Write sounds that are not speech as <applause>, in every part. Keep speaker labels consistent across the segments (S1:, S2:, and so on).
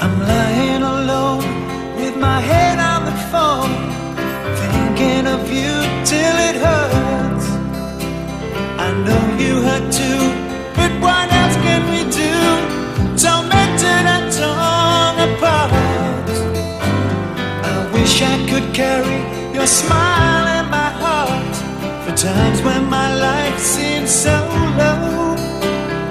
S1: I'm lying alone with my head on the phone, thinking of you till it hurts. I know you hurt too, but what else can we do? Tormented and torn apart. I wish I could carry your smile in my heart for times when my life seems so low.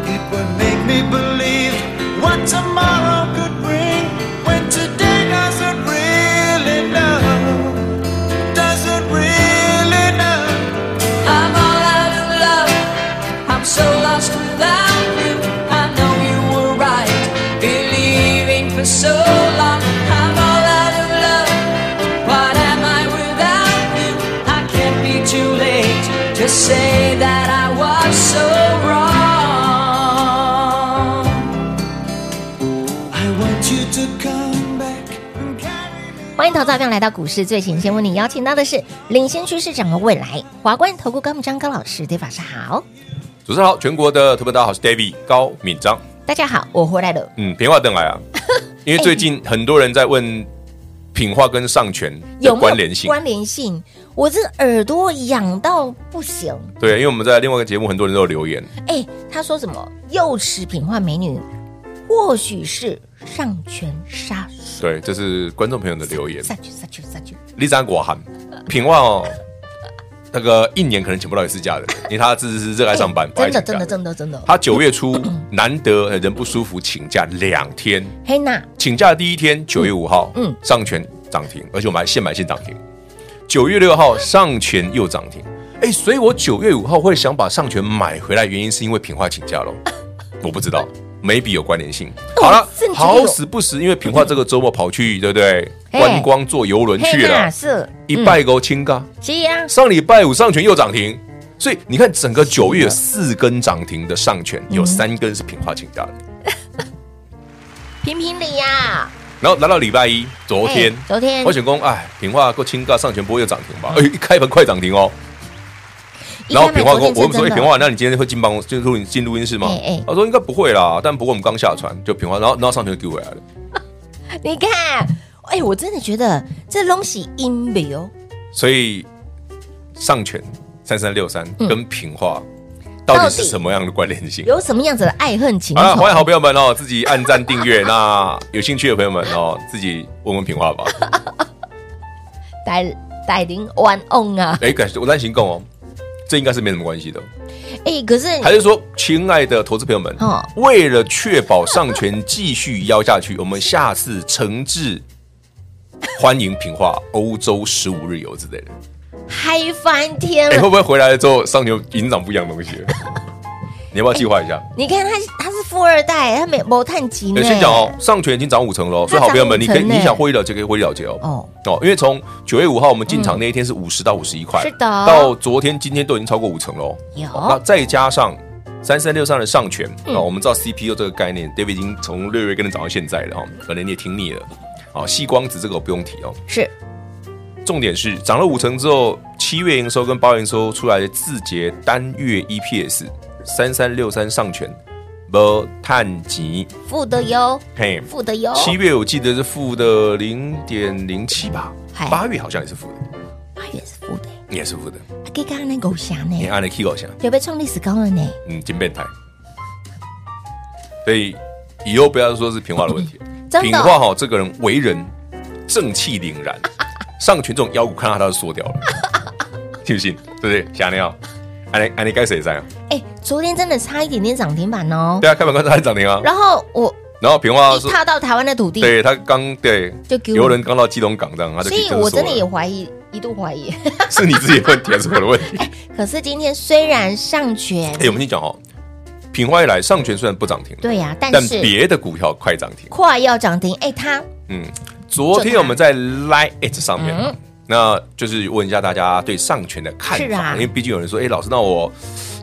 S1: It would make me believe what tomorrow could bring when today doesn't really know. Doesn't really know.
S2: I'm all out of love. I'm so lost without you. I know you were right, believing for so long. I'm all out of love. What am I without you? I can't be too late to say that I was so wrong.
S1: I want you to come back and carry me.
S3: 欢迎投资者朋友来到股市最前线，为你邀请到的是领先趋势，掌握未来。华冠投顾高木章高老师，对，晚上好，
S4: 主持人好，全国的特别大家好，我是 David 高敏章。
S3: 大家好，我回来了。
S4: 嗯，平话
S3: <laughs>
S4: 邓来啊，因为最近很多人在问品化跟上权的
S3: 有没有
S4: 关联性。
S3: 关联性，我这耳朵痒到不行。
S4: 对，因为我们在另外一个节目，很多人都有留言。
S3: 哎，他说什么？幼齿品化美女，或许是上拳杀手。
S4: 对，这是观众朋友的留言。
S3: 杀去杀去杀去。
S4: 立山果涵，品化哦，那个一年可能请不到一次假的，因为他自是热爱上班，不爱
S3: 真的
S4: 请假
S3: 哎真的真的真的。
S4: 他九月初难得呃人不舒服请假两天，
S3: 黑娜
S4: 请假的第一天，九月五号，
S3: 嗯
S4: 嗯，上权涨停，而且我们还现买现涨停。九月六号，上权又涨停，哎，所以我九月五号会想把上权买回来，原因是因为平化请假
S3: <laughs>
S4: 喽，我不知道，maybe 有关联性。好了
S3: 甚至，有
S4: 好死不死，因为平化这个周末跑去，对不对？
S3: 嘿
S4: 观光坐游轮
S3: 黑
S4: 去
S3: 娜
S4: 了，
S3: 是啊
S4: 一
S3: 嗯
S4: 拜勾清嘎。
S3: 是呀，
S4: 上礼拜五上权又涨停，所以你看整个九月有四根涨停的上权，有三根是平化请假的，
S3: 评评理呀。
S4: 然后来到礼拜一，昨天
S3: 哎。昨天嗯
S4: 我想讲，哎，平化够清尬，上全波又涨停吧？哎、一开盘快涨停哦。
S3: 一
S4: 然后
S3: 开
S4: 平
S3: 盘
S4: 化
S3: 昨
S4: 跟
S3: 天
S4: 我我
S3: 是
S4: 们说，哎、
S3: 真
S4: 平
S3: 的。
S4: 化，那你今天会进办公进录音进录音室吗？
S3: 哎哎
S4: 他说应该不会啦，但不过我们刚下船，就平化，然后然后上全丢回来了。
S3: 你看，哎，我真的觉得这东西阴流
S4: 所以上全三三六三
S3: 嗯
S4: 跟平化到
S3: 到
S4: 底
S3: 底
S4: 是什么样的关联性？
S3: 有什么样子的爱恨情
S4: 好了，
S3: 仇
S4: 欢迎？好朋友们哦，自己按赞订阅。那 <laughs> 有兴趣的朋友们哦，自己问问平
S3: <laughs>
S4: 化吧。
S3: 带带领玩 on 啊！
S4: 哎、感谢我担心共哦，这应该是没什么关系的。
S3: 哎，可是
S4: 还是说，亲爱的投资朋友们，
S3: 哦
S4: 为了确保上权继续邀下去，我们下次诚挚欢迎平化欧洲十五日游之
S3: <laughs>
S4: 类的。
S3: 嗨翻天
S4: 哎、
S3: 了
S4: 会。不会回来了之后，上权营长不一样的东
S3: <laughs>
S4: 西了？你要不要计划一下？
S3: 你看他是他是富二代，他没没探级呢。
S4: 哎先讲哦，上权已经涨五成了哦，所以好朋友们，
S3: 它涨五
S4: 你可以
S3: 成呢
S4: 你想获利了结，可以获利了结哦。
S3: 哦
S4: 哦因为从九月五号我们进场那一天是五十到五十一块，
S3: 嗯是的
S4: 到昨天今天都已经超过五成了哦。
S3: 有嗯
S4: 好那再加上三三六上的上权啊、我们知道 CPU 这个概念，David 已经从六月跟人涨到现在了哦，可能你也听腻了。啊，细光子这个我不用提哦，
S3: 是
S4: 重点是涨了五成之后，七月营收跟八月营收出来的字节单月 EPS 三三六三上权，不探及
S3: 富的哟，
S4: 嘿。
S3: 富的哟。
S4: 七月我记得是负的零点零七吧
S3: 嗨，
S4: 八月好像也是负的，
S3: 八月哎是富的，
S4: 也是负的。
S3: 啊，跟刚刚那狗侠
S4: 你
S3: 呢，
S4: 按了 K 搞一下，
S3: 有被创历史高了呢。
S4: 嗯，金变态。所以以后不要说是平话的问题，
S3: <laughs> 真的哦
S4: 平话哈，这个人为人正气凛
S3: <laughs>
S4: 然，上群这种妖股看到他就缩掉了，信不信？对不对？吓尿，安利安利该谁在啊？
S3: 哎，昨天真的差一点点涨停板哦。
S4: 对啊，开盘刚才涨停啊，
S3: 然后我
S4: 然后平话
S3: 一
S4: 哦说，
S3: 踏到台湾的土地，
S4: 对他刚对
S3: 就给我
S4: 游轮刚到基隆港这样，他就
S3: 所以
S4: 就
S3: 我
S4: 缩
S3: 真的
S4: 了
S3: 也怀疑，一度怀疑。 <laughs>
S4: 是你自己的问题还是我的问题？
S3: 可是今天虽然上权
S4: 哎哎、我们先讲哦，品化一来，上权虽然不涨停，
S3: 对呀但
S4: 但
S3: 是
S4: 别的股票快涨停。
S3: 快要涨停，哎，它
S4: 嗯，昨天我们在 Line It 上面，
S3: 嗯
S4: 那就是问一下大家对上权的看
S3: 是
S4: 法，
S3: 啊
S4: 因为毕竟有人说，哎、老师，那我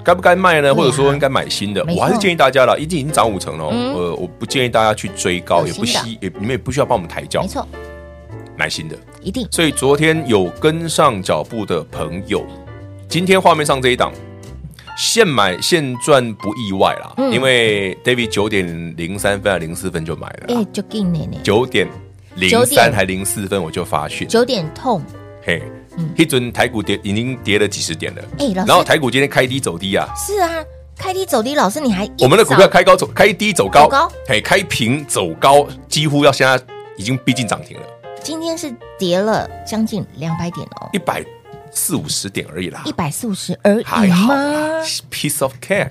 S4: 该不该卖呢？或者说应该买新的？
S3: 没错嗯
S4: 我还是建议大家了，已经已经涨五成了哦，呃，我不建议大家去追
S3: 有
S4: 高，也
S3: 新
S4: 不
S3: 的
S4: 希，也你们也不需要帮我们抬轿
S3: 没，错，
S4: 买新的。
S3: 一定
S4: 所以昨天有跟上脚步的朋友，今天画面上这一档。现买现赚不意外啦，
S3: 嗯
S4: 因为 David 九点零三分还啊零四分就买了啦
S3: 哎，，就给你呢，
S4: 九点零三还零四分我就发讯，
S3: 九点痛，
S4: 嘿，一准台股跌已经跌了几十点了，
S3: 哎，老
S4: 然后
S3: 师
S4: 台股今天开低走低啊，
S3: 是啊，开低走低，老师你还
S4: 我们的股票
S3: 一早
S4: 开高走开低走高，
S3: 走高
S4: 嘿，开平走高，几乎要现在已经逼近涨停了，
S3: 今天是跌了将近两百点哦，
S4: 一百四五十点而已啦
S3: 一，百四十而
S4: 还
S3: 已
S4: 好
S3: 吗
S4: 啦？，piece of cake。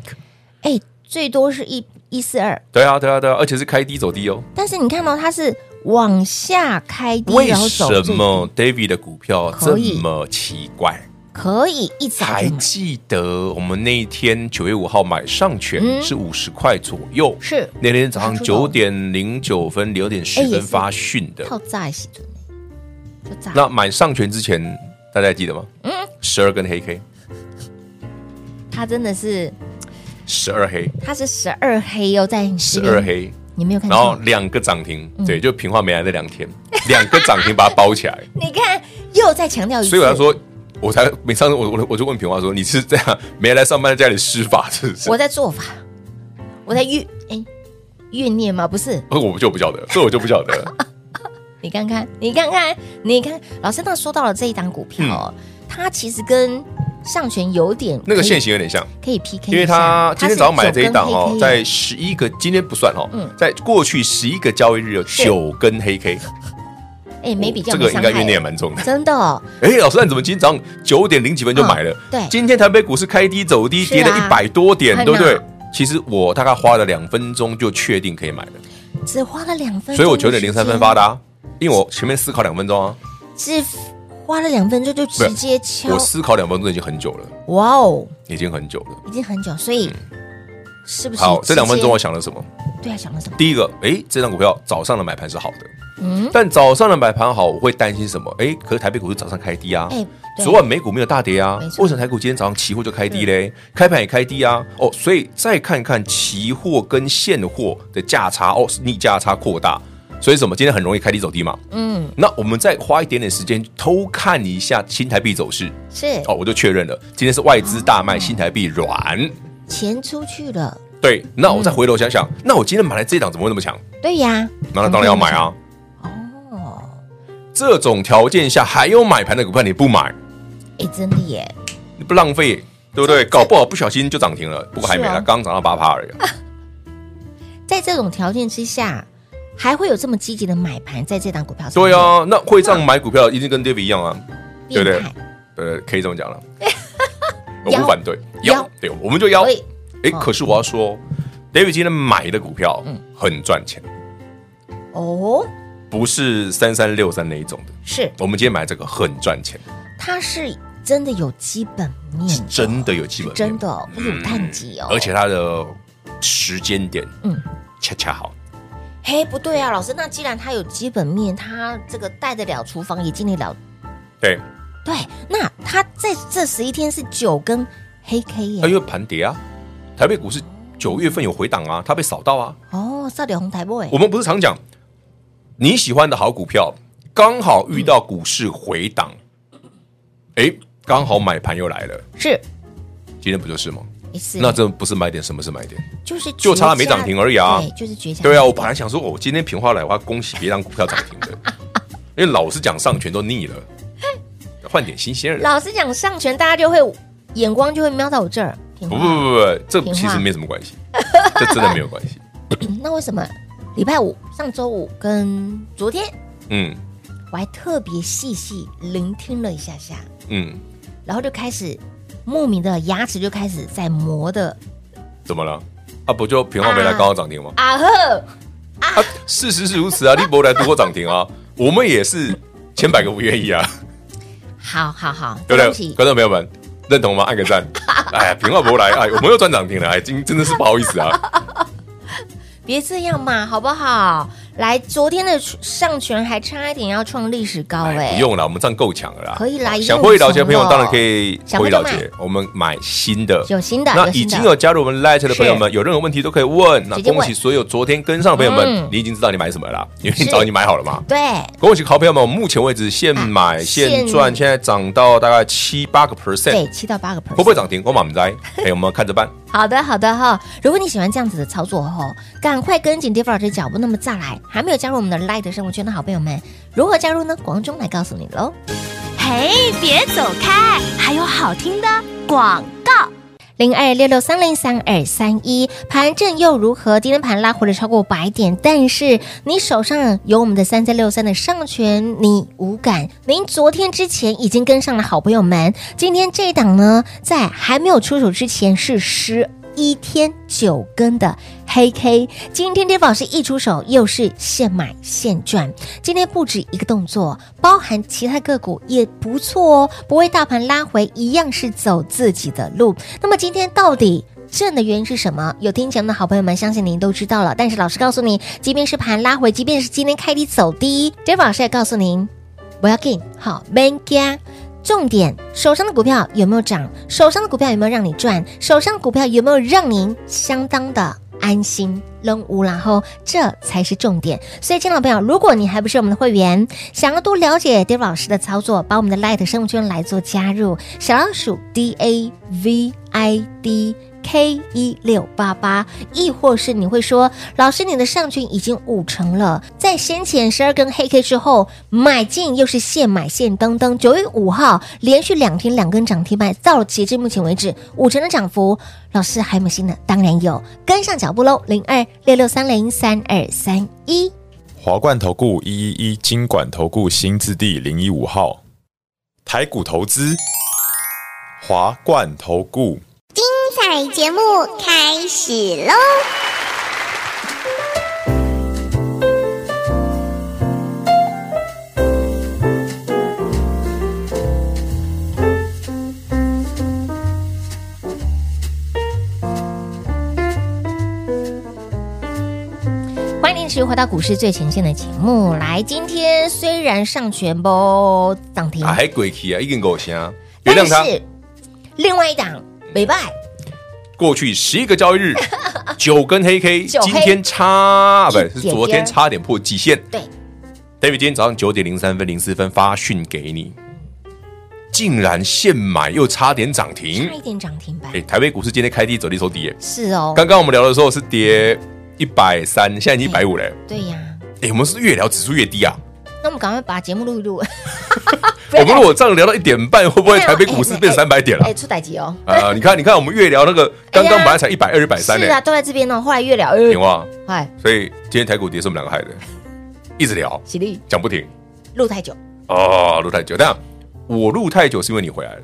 S3: 哎，最多是一一四二，
S4: 对啊，对啊，对啊，而且是开低走低哦。
S3: 但是你看到它是往下开低，
S4: 为
S3: 然后走
S4: 什
S3: 最低
S4: 么 David 的股票这
S3: 可以
S4: 么奇怪？
S3: 可以一早
S4: 还
S3: 就买？
S4: 记得我们那一天九月五号买上权
S3: 嗯
S4: 是五十块左右，
S3: 是
S4: 那天早上
S3: 出
S4: 九
S3: 头
S4: 点零九分、九点
S3: 哎
S4: 十
S3: 也
S4: 分
S3: 是
S4: 发讯的。
S3: 套炸洗准就炸。
S4: 那买上权之前，大家还记得吗？
S3: 嗯，
S4: 十二根黑 K，
S3: 它真的是，
S4: 十二黑，
S3: 它是十二黑哦，在十
S4: 十二，黑，
S3: 你没有看嗯
S4: 然后
S3: 到？
S4: 两个涨停，对，就平化没来那两天，两个涨停把它包
S3: <laughs>
S4: 起来。
S3: 你看又再强调一次，
S4: 所以我要，说，我才每上次我我我就问平化说，你是这样没来上班，在家里施法是不是？
S3: 我在做法，我在酝哎酝酿吗？不是，
S4: 我我就不晓得，所以我就不晓得。
S3: 你看看，你看看，你看，老师那说到了这一档股票哦，它其实跟上权有点
S4: 嗯那个
S3: 可以
S4: 现形有点像，
S3: 可以 PK，
S4: 因为
S3: 一下
S4: 他今天早上买这一档哦，
S3: 它是
S4: 在十一个今天不算哦
S3: 嗯，
S4: 在过去十一个交易日有
S3: 是
S4: 九根黑 K，
S3: 九根黑 K 哎没比较
S4: 这
S3: 没
S4: 个应
S3: 伤
S4: 该
S3: 害
S4: 怨念也蛮重的。
S3: 真的哦，
S4: 哎，老师，那你怎么今天早上九点零几分就买了
S3: 嗯？对
S4: 今天台北股市开低走低，
S3: 是啊
S4: 跌了一百多点，
S3: 很啊
S4: 对不对？其实我大概花了两分钟就确定可以买了，
S3: 只花了两分钟的时间，
S4: 所以我九点零三分发的啊，因为我前面思考两分钟啊，
S3: 只花了两分钟就直接敲
S4: 我，思考两分钟已经很久了，
S3: 哇哦，
S4: 已经很久了。
S3: 已经很久，所以是不是
S4: 好，
S3: 直
S4: 这
S3: 接
S4: 两分钟我想了什么？
S3: 对啊想了什么？
S4: 第一个，哎，这张股票早上的买盘是好的，
S3: 嗯，
S4: 但早上的买盘好，我会担心什么？哎，可是台北股市早上开低啊，
S3: 哎，对
S4: 昨晚美股没有大跌啊
S3: 没，错
S4: 为什么台股今天早上期货就开低嘞？开盘也开低啊，哦，所以再看看期货跟现货的价差，哦，是逆价差扩大，所以什么？今天很容易开低走低嘛。
S3: 嗯
S4: 那我们再花一点点时间偷看一下新台币走势，
S3: 是
S4: 哦，我就确认了，今天是外资大
S3: 嗯
S4: 卖，新台币软。
S3: 钱出去了，
S4: 对，那我再回头想
S3: 嗯
S4: 想，那我今天买来这一档怎么会那么强？
S3: 对呀，
S4: 那当然要买啊。
S3: 哦，
S4: 这种条件下还有买盘的股票你不买，
S3: 哎，真的耶，
S4: 你不浪费，对不对？搞不好不小心就涨停了，不过还没
S3: 是
S4: 了，
S3: 啊
S4: 刚涨到八趴而已。啊
S3: 在这种条件之下，还会有这么积极的买盘在这档股票上，<laughs>
S4: 对，啊，那会这样买股票一定跟 David 一样啊，
S3: 变
S4: 对不对
S3: 态？
S4: 呃，可以这
S3: <laughs>
S4: 么讲了，我
S3: 邀
S4: 不反对，
S3: 邀
S4: 要对，我们就要
S3: 所以。
S4: 哎，
S3: 嗯
S4: 可是我要说，David 今天买的股票
S3: 嗯
S4: 很赚钱，
S3: 哦，
S4: 不是三三六三那一种的。
S3: 是
S4: 我们今天买这个很赚钱，
S3: 嗯它是真的有基本面
S4: 是
S3: 的，
S4: 真的有基本面，
S3: 真的哦有探级哦，
S4: 而且它的时间点，
S3: 嗯
S4: 嗯，恰恰好。
S3: 嘿，不对啊，老师，那既然他有基本面，他这个带得了厨房，也进得了，
S4: 对，
S3: 对，那他在这十一天是九根黑 K 耶，
S4: 它因为盘跌啊，台北股市九月份有回档啊，它被扫到啊。
S3: 哦，少点红台 boy，
S4: 我们不是常讲，你喜欢的好股票刚好遇到股市回档，哎，刚好买盘又来了，
S3: 是
S4: 今天不就是吗？
S3: 一次，
S4: 那这不是买点，什么是买点？
S3: 就是
S4: 就
S3: 绝
S4: 差
S3: 佳
S4: 没涨停而已啊
S3: 对，就是绝佳，
S4: 对啊，我本来想说，我、今天平花来，我要恭喜别让股票涨停 <laughs> 的，因为老是讲上权都腻了，换点新鲜人。
S3: 老师讲上权，大家就会眼光就会瞄到我这儿，平
S4: 不
S3: 花
S4: 不不不，这
S3: 平花
S4: 其实没什么关系，这真的没有关系。
S3: 嗯 <clears throat> 那为什么礼拜五、上周五跟昨天，
S4: 嗯
S3: 我还特别细细聆听了一下下，
S4: 嗯，
S3: 然后就开始莫名的牙齿就开始在磨的
S4: 怎么了？啊，不就平花没来刚刚涨停吗？
S3: 啊呵。
S4: 啊，事实是如此啊，立博来度过涨停啊，我们也是千百个不愿意啊，
S3: 好好好，
S4: 对不
S3: 恭
S4: 对？
S3: 喜
S4: 观众朋友们，认同吗？按个赞。哎呀，平话不来，哎，我们又赚涨停了，哎，今真的是不好意思啊。
S3: 别这样嘛，好不好？来，昨天的上权还差一点要创历史高哎、
S4: 哎，不用了，我们这样够强了啦。
S3: 可以啦已经
S4: 想获利了结的朋友
S3: 很强了
S4: 当然可以
S3: 想
S4: 获利了
S3: 不就
S4: 结，我们买新的，
S3: 有新的
S4: 那
S3: 有新的
S4: 已经有加入我们 Light 的朋友们，有任何问题都可以问。那
S3: 直接问
S4: 恭喜所有昨天跟上的朋友们
S3: 嗯，
S4: 你已经知道你买什么了啦，因为
S3: 是
S4: 你早已经买好了嘛。
S3: 对，
S4: 恭喜好朋友们，目前为止现
S3: 啊
S4: 买现赚，现在涨到大概七八个 percent，
S3: 对，七到八个 percent，
S4: 会不会？涨停？我满
S3: <laughs>
S4: 在，哎，我们看着办。
S3: 好的，好的哈、如果你喜欢这样子的操作哦，赶快跟紧 d e v 老师的脚步。那么再来，还没有加入我们的 Light 生活圈的好朋友们，如何加入呢？广中来告诉你喽。
S5: 嘿，别走开，还有好听的广告。
S3: 零二六六三零三二三一，盘正又如何？今天盘拉回了超过百点，但是你手上有我们的三三六三的上权，你无感。您昨天之前已经跟上了好朋友们，今天这一档呢，在还没有出手之前是十一天九根的黑 K，今天 d 宝是一出手又是现买现赚，今天不止一个动作，包含其他个股也不错哦，不为大盘拉回，一样是走自己的路。那么今天到底？正的原因是什么？有听节目的好朋友们，相信您都知道了。但是老师告诉你，即便是盘拉回，即便是今天开低走低 d 宝老师也告诉您，不要紧，好 man 家。重点，手上的股票有没有涨？手上的股票有没有让你赚？手上的股票有没有让您相当的安心扔无？然后这才是重点。所以，亲爱的朋友，如果你还不是我们的会员，想要多了解 Dave 老师的操作，把我们的 Light 生物圈来做加入，小老鼠 D A V I D。K 一六八八，亦或是你会说，老师，你的上群已经五成了，在先前十二根黑 K 之后，买进又是现买现登登。九月五号连续两天两根涨停板，到了截至目前为止五成的涨幅，老师还有没有新的？当然有，跟上脚步喽，零二六六三零三二三一。
S6: 华冠投顾一一一金管投顾新字第零一五号，台股投资，华冠投顾。
S7: 彩节目开始喽！
S3: 欢迎您持续回到股市最前线的节目。来，今天虽然上全波涨停，
S4: 啊，还鬼气啊，一根狗香。
S3: 嗯但
S4: 原谅他，
S3: 是另外一档没败，
S4: 过去十一个交
S3: <laughs>
S4: 易日九根黑 K，
S3: 九黑
S4: 今天差不
S3: 一点
S4: 是昨
S3: 点
S4: 天差点破极限。
S3: 对
S4: ，David 今天早上九点零三分零四分发讯给你，竟然现买又差点涨停
S3: 差。一点涨停板
S4: 哎、。台北股市今天开低走低收低耶。
S3: 是哦，
S4: 刚刚我们聊的时候是跌一百三，现在已经一百五了耶。
S3: 对呀、
S4: 哎、我们是不是越聊指数越低啊。
S3: 那我们赶快把节目录一录。
S4: 我们如果这样聊到一点半，会不会台北股市变三百点了
S3: 哎、？出歹集哦。
S4: 啊，你看，你看，我们越聊那个，刚刚本来才一百二、一百三
S3: 是
S4: 呢，
S3: 啊，都在这边呢。后来越聊
S4: 平
S3: 越
S4: 话。
S3: 哎，
S4: 所以今天台股跌是我们两个害的，一直聊
S3: 喜力
S4: 讲不停
S3: 录太久，
S4: 哦，录太久。但我录太久是因为你回来
S3: <laughs>
S4: 了，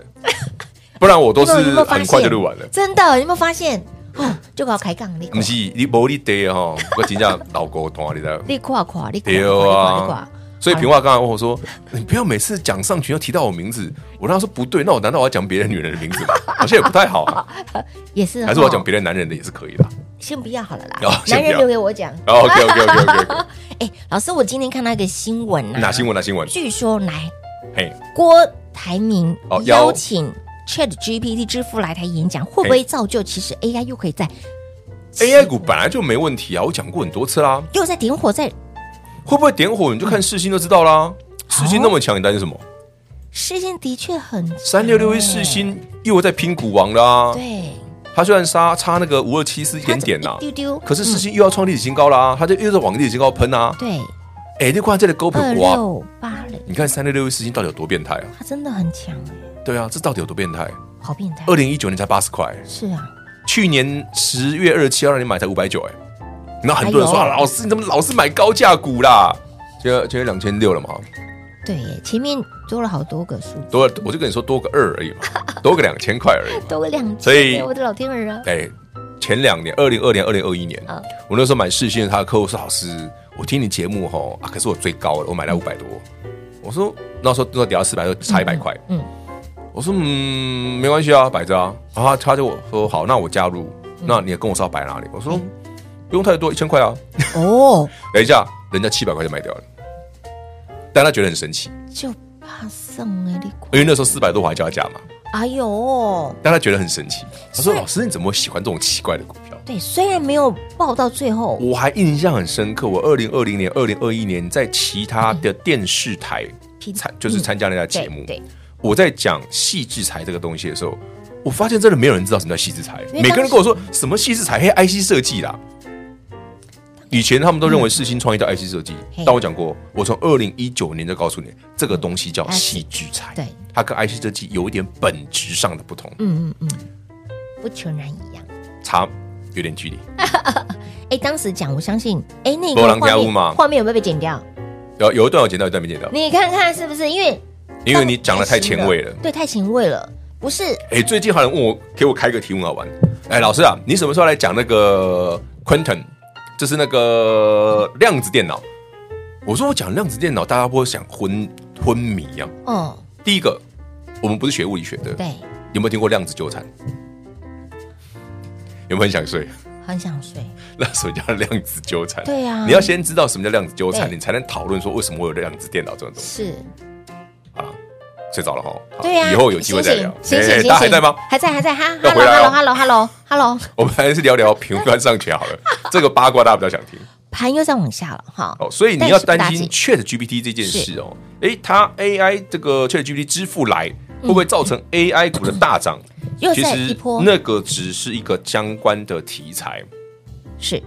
S4: 不然我都是
S3: 你有没有发
S4: 很快就
S3: 现
S4: 录完了。
S3: 真的，你有没有发现？哦，就搞开杠，你
S4: 不是你无你跌哈，我真正老狗懂啊，你知道吗？
S3: 你垮垮，你垮垮，你
S4: 对
S3: 垮你
S4: 啊
S3: 垮。。
S4: 所以平话刚才问我说：“你不要每次讲上群要提到我名字。”我那时候不对，那我难道我要讲别的女人的名字吗？好像也不太好啊。
S3: 也是哦，
S4: 还是我讲别的男人的也是可以的。
S3: 先不要好了
S4: 哦
S3: 啦，
S4: 先
S3: 男
S4: 不要
S3: 人留给我讲。
S4: OK OK OK OK。
S3: 哎，老师，我今天看到一个新闻啊，
S4: 哪新？闻？哪新闻？
S3: 据说来
S4: 嗯嘿，
S3: 郭台铭
S4: 哦邀
S3: 邀请 Chat GPT 之父来台演讲，会不会造就其实 AI 又可以在
S4: AI 股本来就没问题啊，我讲过很多次啦。
S3: 又在点火在
S4: 会不会点火，你就看世星就知道啦。世星那么强，你担心什么？
S3: 事件的确很
S4: 三六六一世星又在拼股王啦、
S3: 对，
S4: 他虽然杀差那个五二七四一点点啦、
S3: 它就一丢丢，
S4: 可是世星又要创历史新高啦、他就又在往历史新高喷啊
S3: 嗯。对
S4: 哎、你看这个狗屁
S3: 二
S4: 股啊！
S3: 六八零，
S4: 你看三六六一世星到底有多变态啊？
S3: 它真的很强哎，
S4: 对啊，这到底有多变态？
S3: 好变态
S4: 二，零一九年才八十块，
S3: 是啊，
S4: 去年十月二十七号让你买才五百九，哎，那很多人说、
S3: 哎呦
S4: 啊老师你怎么老是买高价股啦？今天今天两千六了嘛，
S3: 对耶，前面多了好多个数字，
S4: 多我就跟你说多个二而已嘛，多个两千块而已嘛。
S3: 多个两千，
S4: 所以
S3: 我的老天
S4: <laughs>
S3: 儿啊，
S4: 哎，前两年，二零二年、二零二一年，
S3: 嗯
S4: 我那时候买世新，他的客户说：“老师，我听你节目吼啊，
S3: 嗯
S4: 可是我追高了，我买了五百多。”我说那时候那时候跌到四百，就差一百块。
S3: 嗯，
S4: 我说嗯，没关系啊，摆着啊。然后他他就说好，那我加入，那你跟我说要摆哪
S3: 嗯
S4: 里？我说不用太多，一千块啊。
S3: 哦，
S4: 等一下，人家七百块就卖掉了，但他觉得很神奇，
S3: 就怕送哎，你乖
S4: 因为那时候四百多我还叫他加嘛，
S3: 哎呦，
S4: 但他觉得很神奇。他说
S3: 是
S4: 老师你怎么会喜欢这种奇怪的股票？
S3: 对，虽然没有报到最后，
S4: 我还印象很深刻，我二零二零年、二零二一年在其他的电视台
S3: 嗯
S4: 参就是参加那家节目，
S3: 对对
S4: 我在讲细制裁这个东西的时候，我发现真的没有人知道什么叫细制裁，
S3: 因为当时
S4: 每个人跟我说什么细制裁，嘿，IC 设计啦。以前他们都认为世新创意叫 IC 设计
S3: 嗯嘿，
S4: 但我讲过，我从二零一九年就告诉你，这个东西叫细制裁，
S3: 对，
S4: 它跟 IC 设计有一点本质上的不同，
S3: 嗯嗯嗯，不全然一样。
S4: 差有点距离。
S3: 哎，当时讲，我相信，哎，那
S4: 没
S3: 个
S4: 人
S3: 画
S4: 家有嘛
S3: 面画面有没有被剪掉？
S4: 有有一段有剪到，有一段没剪到，
S3: 你看看是不是？因为
S4: 因为你讲的太前卫了。
S3: 对，太前卫了，不是
S4: 哎，最近好像问我给我开个题目好玩。哎，老师啊，你什么时候来讲那个 Quantum，就是那个量子电脑？我说我讲量子电脑，大家不会想昏昏迷啊。
S3: 哦，
S4: 第一个，我们不是学物理学的，
S3: 对，
S4: 有没有听过量子纠缠？有没有很想睡？ <laughs>
S3: 很想睡，
S4: 那什么叫量子纠缠？
S3: 对啊
S4: 你要先知道什么叫量子纠缠，
S3: 对
S4: 你才能讨论说为什么会有量子电脑这种东西。
S3: 是，
S4: 睡着了哈，好
S3: 对呀、啊，
S4: 以后有机会再聊。
S3: 醒
S4: 哎
S3: 醒醒醒，
S4: 大家还在吗？
S3: 还在还在哈
S4: 要回来哦
S3: ，hello，hello，hello，hello，hello，
S4: <laughs> 我们还是聊聊平端上
S3: <laughs>
S4: 权好了，这个八卦大家比较想听
S3: 盘又在往下了哈，
S4: 哦。所以你要担心
S3: 但
S4: Chat GPT 这件事哦，诶，它 AI 这个 Chat GPT 支付来，会不会造成 AI 股的大涨？
S3: 嗯又
S4: 其
S3: 再一
S4: 实
S3: 波
S4: 那个只是一个相关的题材，
S3: 是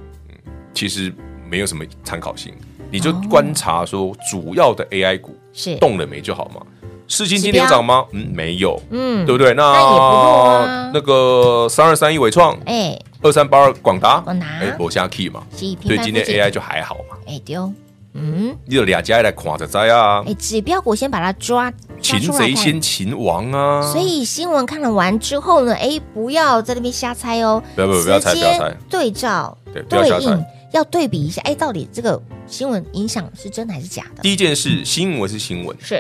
S4: 其实没有什么参考性。你就观察说主要的 AI 股
S3: 是
S4: 动了没就好嘛。世金今天有涨吗？嗯，没有，
S3: 嗯
S4: 对不对？那
S3: 那也不弱啊
S4: 那个三二三一伟创，
S3: 哎，
S4: 二三八二广达，
S3: 广达
S4: 哎，博下 key 嘛，
S3: 是
S4: 所
S3: 平
S4: 以
S3: 凡
S4: 今天
S3: 附近
S4: AI 就还好嘛，
S3: 哎丢，嗯，
S4: 你有俩家来看着在啊，
S3: 哎，指标股先把它抓抓
S4: 擒
S3: 出来
S4: 贼
S3: 看。
S4: 先擒王啊，
S3: 所以新闻看了完之后呢，哎，不要在那边瞎猜哦，
S4: 不要不要不要猜
S3: 直接
S4: 不要猜
S3: 对照
S4: 对不要
S3: 对
S4: 瞎
S3: 应
S4: 猜。
S3: 要对比一下，哎，到底这个新闻影响是真的还是假的？
S4: 第一件事，新闻是新闻，
S3: 是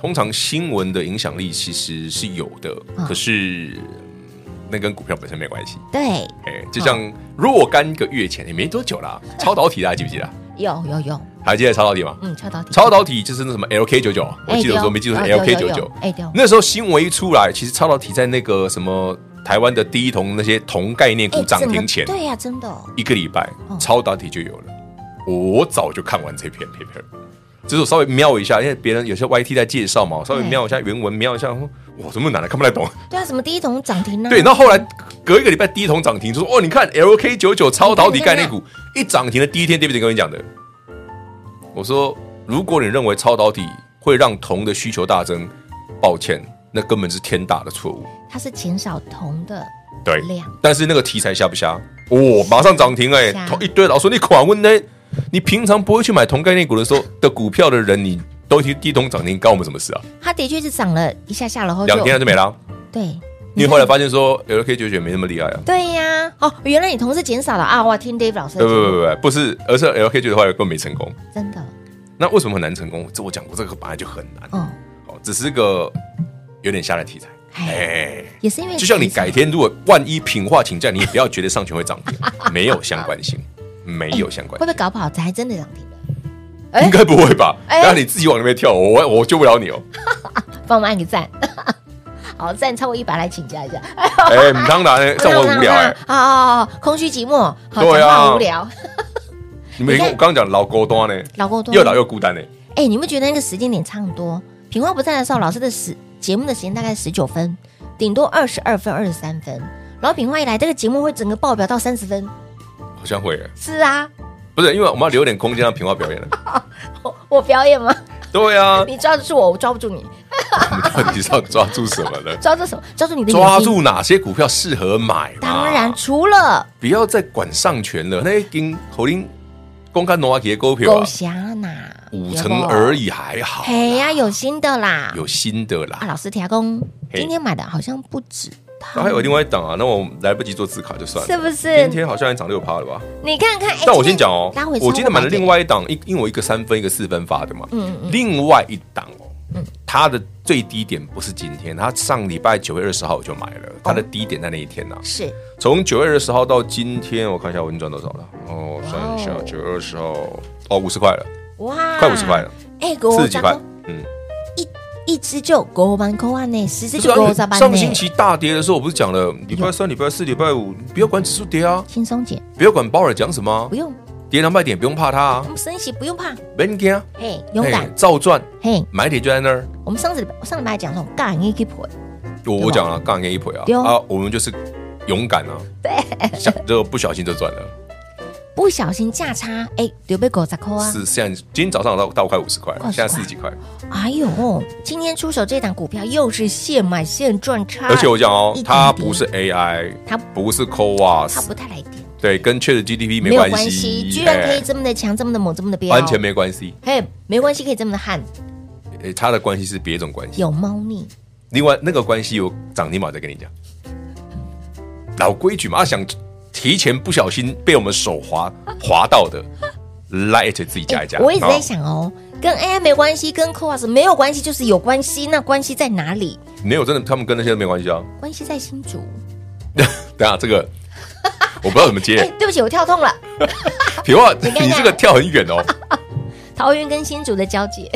S4: 通常新闻的影响力其实是有的，
S3: 嗯
S4: 可是嗯那跟股票本身没关系，
S3: 对，
S4: 哎，就像若干个月前也没多久啦，超导体大家记不记得？
S3: 有有有，
S4: 还记得超导体吗？
S3: 嗯，超导体，
S4: 超导体就是那什么 LK 九九，我
S3: 哎
S4: 记
S3: 对
S4: 得我
S3: 哦
S4: 说没记错是
S3: 啊有
S4: LK
S3: 有
S4: 九
S3: 有
S4: 九，
S3: 哎对哦
S4: 那时候新闻一出来，其实超导体在那个什么台湾的第一铜那些铜概念股
S3: 哎
S4: 涨
S3: 整个
S4: 停前，
S3: 对呀，真的哦，
S4: 一个礼拜
S3: 哦，
S4: 超导体就有了。我早就看完这篇 paper，只是我稍微瞄一下，因为别人有些 YT 在介绍嘛，我稍微
S3: 对
S4: 瞄一下原文，瞄一下，说我怎么哪来看不太懂？
S3: 对啊，什么第一桶涨停呢？
S4: 对，然后后来隔一个礼拜第一桶涨停，就说哦，你看 LK 九九超导体概念股一涨停的第一天，David 跟你讲的，我说如果你认为超导体会让铜的需求大增，抱歉，那根本是天大的错误。
S3: 它是减少铜的
S4: 对
S3: 量，
S4: 但是那个题材瞎不瞎？哦，马上涨停哎、
S3: 瞎
S4: 同一堆老师，你垮问呢？你平常不会去买同概念股的时候的股票的人，你都去第一桶涨停，干我们什么事啊？
S3: 它的确是涨了一下下，然后哦就嗯
S4: 两天了就没了啊，
S3: 对，
S4: 因为后来发现说 LK 九九没那么厉害啊。
S3: 对呀、哦，原来你同事减少了啊！哇，听 Dave 老师
S4: 不
S3: 的
S4: 不
S3: 节目
S4: 不不，不是，而是 LK 九九后来根本没成功。
S3: 真的，
S4: 那为什么很难成功？这我讲过，这个本来就很难，
S3: 嗯，
S4: 哦，只是个有点瞎的题材。
S3: 哎，
S4: 哎，
S3: 也是因为
S4: 就像你改天如果万一品化请假，你也不要觉得上权会涨停，没有相关性，没有相
S3: 会
S4: 关
S3: 不
S4: 性，
S3: 会搞不好还真的涨停了？哎
S4: <laughs> 应该不会吧？
S3: 哎
S4: 那你自己往那边跳，我我救不了你
S3: <laughs>
S4: 哦。
S3: 帮我们按个赞， <laughs> 好赞超过一百来请教一下，
S4: 哎，你当然这样我很无聊哎，
S3: 啊啊，哦空虚寂寞，好
S4: 对
S3: 讲
S4: 啊
S3: 话无聊，
S4: 你没
S3: 你看
S4: 我刚刚讲老孤单呢，
S3: 老公多
S4: 又老又孤单呢。
S3: 哎，你们觉得那个时间点差很多？品花不在的时候，老师的时节目的时间大概十九分，顶多二十二分、二十三分。然后品花一来，这个节目会整个爆表到三十分。
S4: 好像会耶，
S3: 是啊，
S4: 不是因为我们要留点空间让平化表演
S3: <laughs>
S4: 了。
S3: 我我表演
S4: <laughs>
S3: 吗？
S4: 对啊，
S3: 你抓得住我，我抓不住你。
S4: 我们到底是要抓住
S3: <laughs>
S4: 什么呢？
S3: 抓住什么？抓住你的眼睛
S4: 抓住啊哪些股票适合买嘛？
S3: 当然，除了
S4: 不要再管上权了，那跟侯林公干挪亚给股票
S3: 狗
S4: 啊，
S3: 侠哪
S4: 五成而
S3: 已。
S4: 已还好，
S3: 嘿呀，有新的啦，
S4: 有新的
S3: 啊，
S4: 啦。
S3: 老师提供
S4: 嘿
S3: 今天买的好像不止它，
S4: 那还有另外一档啊，那我来不及做字卡就算了，
S3: 是不是
S4: 今？天好像还涨六趴了吧？
S3: 你看看，哎
S4: 但我先讲哦
S3: 拉回，超过
S4: 我今天买
S3: 100
S4: 了
S3: 点嗯
S4: 另外一档，一因为我一个三分一个四分发的嘛，
S3: 嗯嗯
S4: 另外一档哦，它的最低点不是今天，它上礼拜九月二十号我就买了，
S3: 哦
S4: 它的低点在那一天呐、
S3: 是
S4: 从九月二十号到今天，我看一下我已经赚多少了。哦，算一下，九月二十号，哦，五十块了，
S3: 哇，
S4: 快50块了，
S3: 哎，给我
S4: 四十几块
S3: 讲说。
S4: 嗯，
S3: 一只就五万块啊呢，十只
S4: 就是
S3: 就
S4: 啊
S3: 五十万
S4: 上星
S3: 呢，
S4: 期大跌的时候，我不是讲了，礼拜三、礼拜四、礼拜五，不要管指数跌啊，
S3: 轻松减，
S4: 不要管鲍尔讲什么啊
S3: 不，用，
S4: 跌两百点不用怕它啊
S3: 我，们升息不用怕，
S4: 别惊啊，
S3: 嘿，勇
S4: 嘿
S3: 敢，
S4: 照赚，
S3: 嘿，
S4: 买点就在那儿。
S3: 我们上次礼拜上礼拜讲说，干一去破，
S4: 我我讲了，杠杆一赔啊
S3: 对哦，
S4: 啊，我们就是勇敢啊，对，想这个不小心就赚了，
S3: 不小心价差，哎，就被狗砸扣啊，
S4: 是现在今天早上到到快五十块了，
S3: 快50
S4: 现在四十几块，
S3: 哎呦，今天出手这档股票又是现买现赚差，
S4: 而且我讲哦
S3: 一，点点
S4: 它不是 AI，
S3: 它
S4: 不是
S3: 它
S4: CoWAS，
S3: 不太来电，
S4: 对，跟 Chat GDP 没
S3: 没有
S4: 关
S3: 关
S4: 系
S3: 系，，居然可以
S4: 哎
S3: 这么的强，这么的猛，这么的彪，
S4: 完全，没关系，
S3: 嘿，没关系，可以这么的悍，
S4: 哎它的关系是别种关系。
S3: 有猫腻，
S4: 另外那个关系，我涨停板再跟你讲，老规矩嘛，啊想提前不小心被我们手滑滑到的，light 自己加一加。
S3: 哎我一直
S4: 好不好
S3: 在想哦，跟 AI 没关系，跟 COAS 没有关系，就是有关系，那关系在哪里？
S4: 没有真的，他们跟那些都没关系啊。
S3: 关系在新竹。
S4: 等一下这个我不知道怎么
S3: 哎、
S4: 接，
S3: 对不起，我跳痛了。
S4: 平话
S3: 你看看
S4: 你这个跳很远
S3: <laughs>
S4: 哦，
S3: 桃园跟新竹的交界，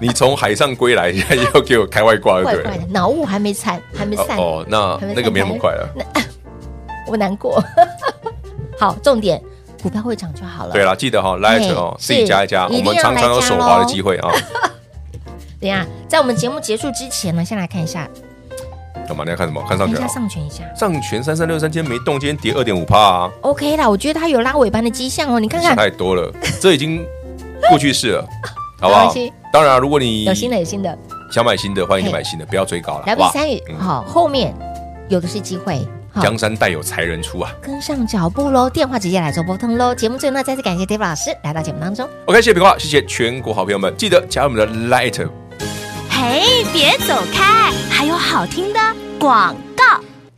S4: 你从海上归来， <laughs> 现在要给我开外挂就
S3: 怪
S4: 对
S3: 怪的
S4: 了。，
S3: 脑雾还没散，还没散，
S4: 哦，那
S3: 还没
S4: 那个没那么快了。
S3: 那我难过。 <laughs> 好，重点，股票会涨就好了。
S4: 对啦，啊记得哈，light 哦，
S3: 是
S4: 自己加一加，
S3: 哎一定
S4: 我们
S3: 要
S4: 常常有
S3: 来加哦
S4: 手
S3: 咯
S4: 滑的机会
S3: <laughs>
S4: 啊。
S3: 等一下，在我们节目结束之前呢，先来看一下，
S4: 干嘛？你要看什么？看上
S3: 看一
S4: 权
S3: 下
S4: 啊？
S3: 上权一下。
S4: 上权三三六三今天没动，今天跌二点五帕啊，
S3: OK 啦，我觉得它有拉尾巴的迹象哦，你看
S4: 想
S3: 看，
S4: 太多了，这已经过去式
S3: <laughs>
S4: 了，好不好
S3: 没关系？
S4: 当然啊，如果你
S3: 有新的有新的，
S4: 想买新的，欢迎你买新的，不要追高了，
S3: 来不
S4: 好不好？
S3: 参与，
S4: 嗯
S3: 好，后面有的是机会，好。
S4: 江山代有才人出啊。
S3: 跟上脚步喽，电话直接来做拨通喽。节目最后呢，再次感谢 David 老师来到节目当中。
S4: OK，谢谢平话，谢谢全国好朋友们，记得加入我们的 Light
S5: 嘿，别走开，还有好听的广告。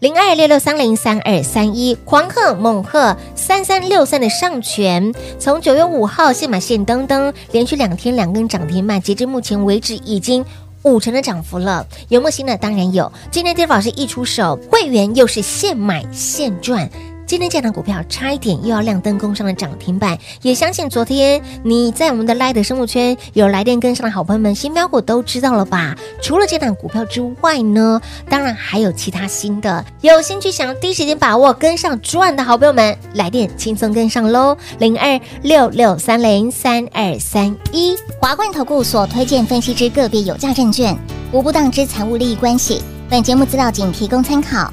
S3: 零二六六三零三二三一狂贺猛贺三三六三的上权，从九月五号现买现登登，连续两天两根涨停板，截至目前为止已经。五成的涨幅了，有没有新的？当然有。今天 d a 老师一出手，会员又是现买现赚。今天这档股票差一点又要亮灯攻上了涨停板，也相信昨天你在我们的 Light 生物圈有来电跟上的好朋友们，新标股都知道了吧？除了这档股票之外呢，当然还有其他新的，有兴趣想要第一时间把握跟上赚的好朋友们，来电轻松跟上喽，零二六六三零三二三一。
S7: 华冠投顾所推荐分析之个别有价证券，无不当之财务利益关系。本节目资料仅提供参考，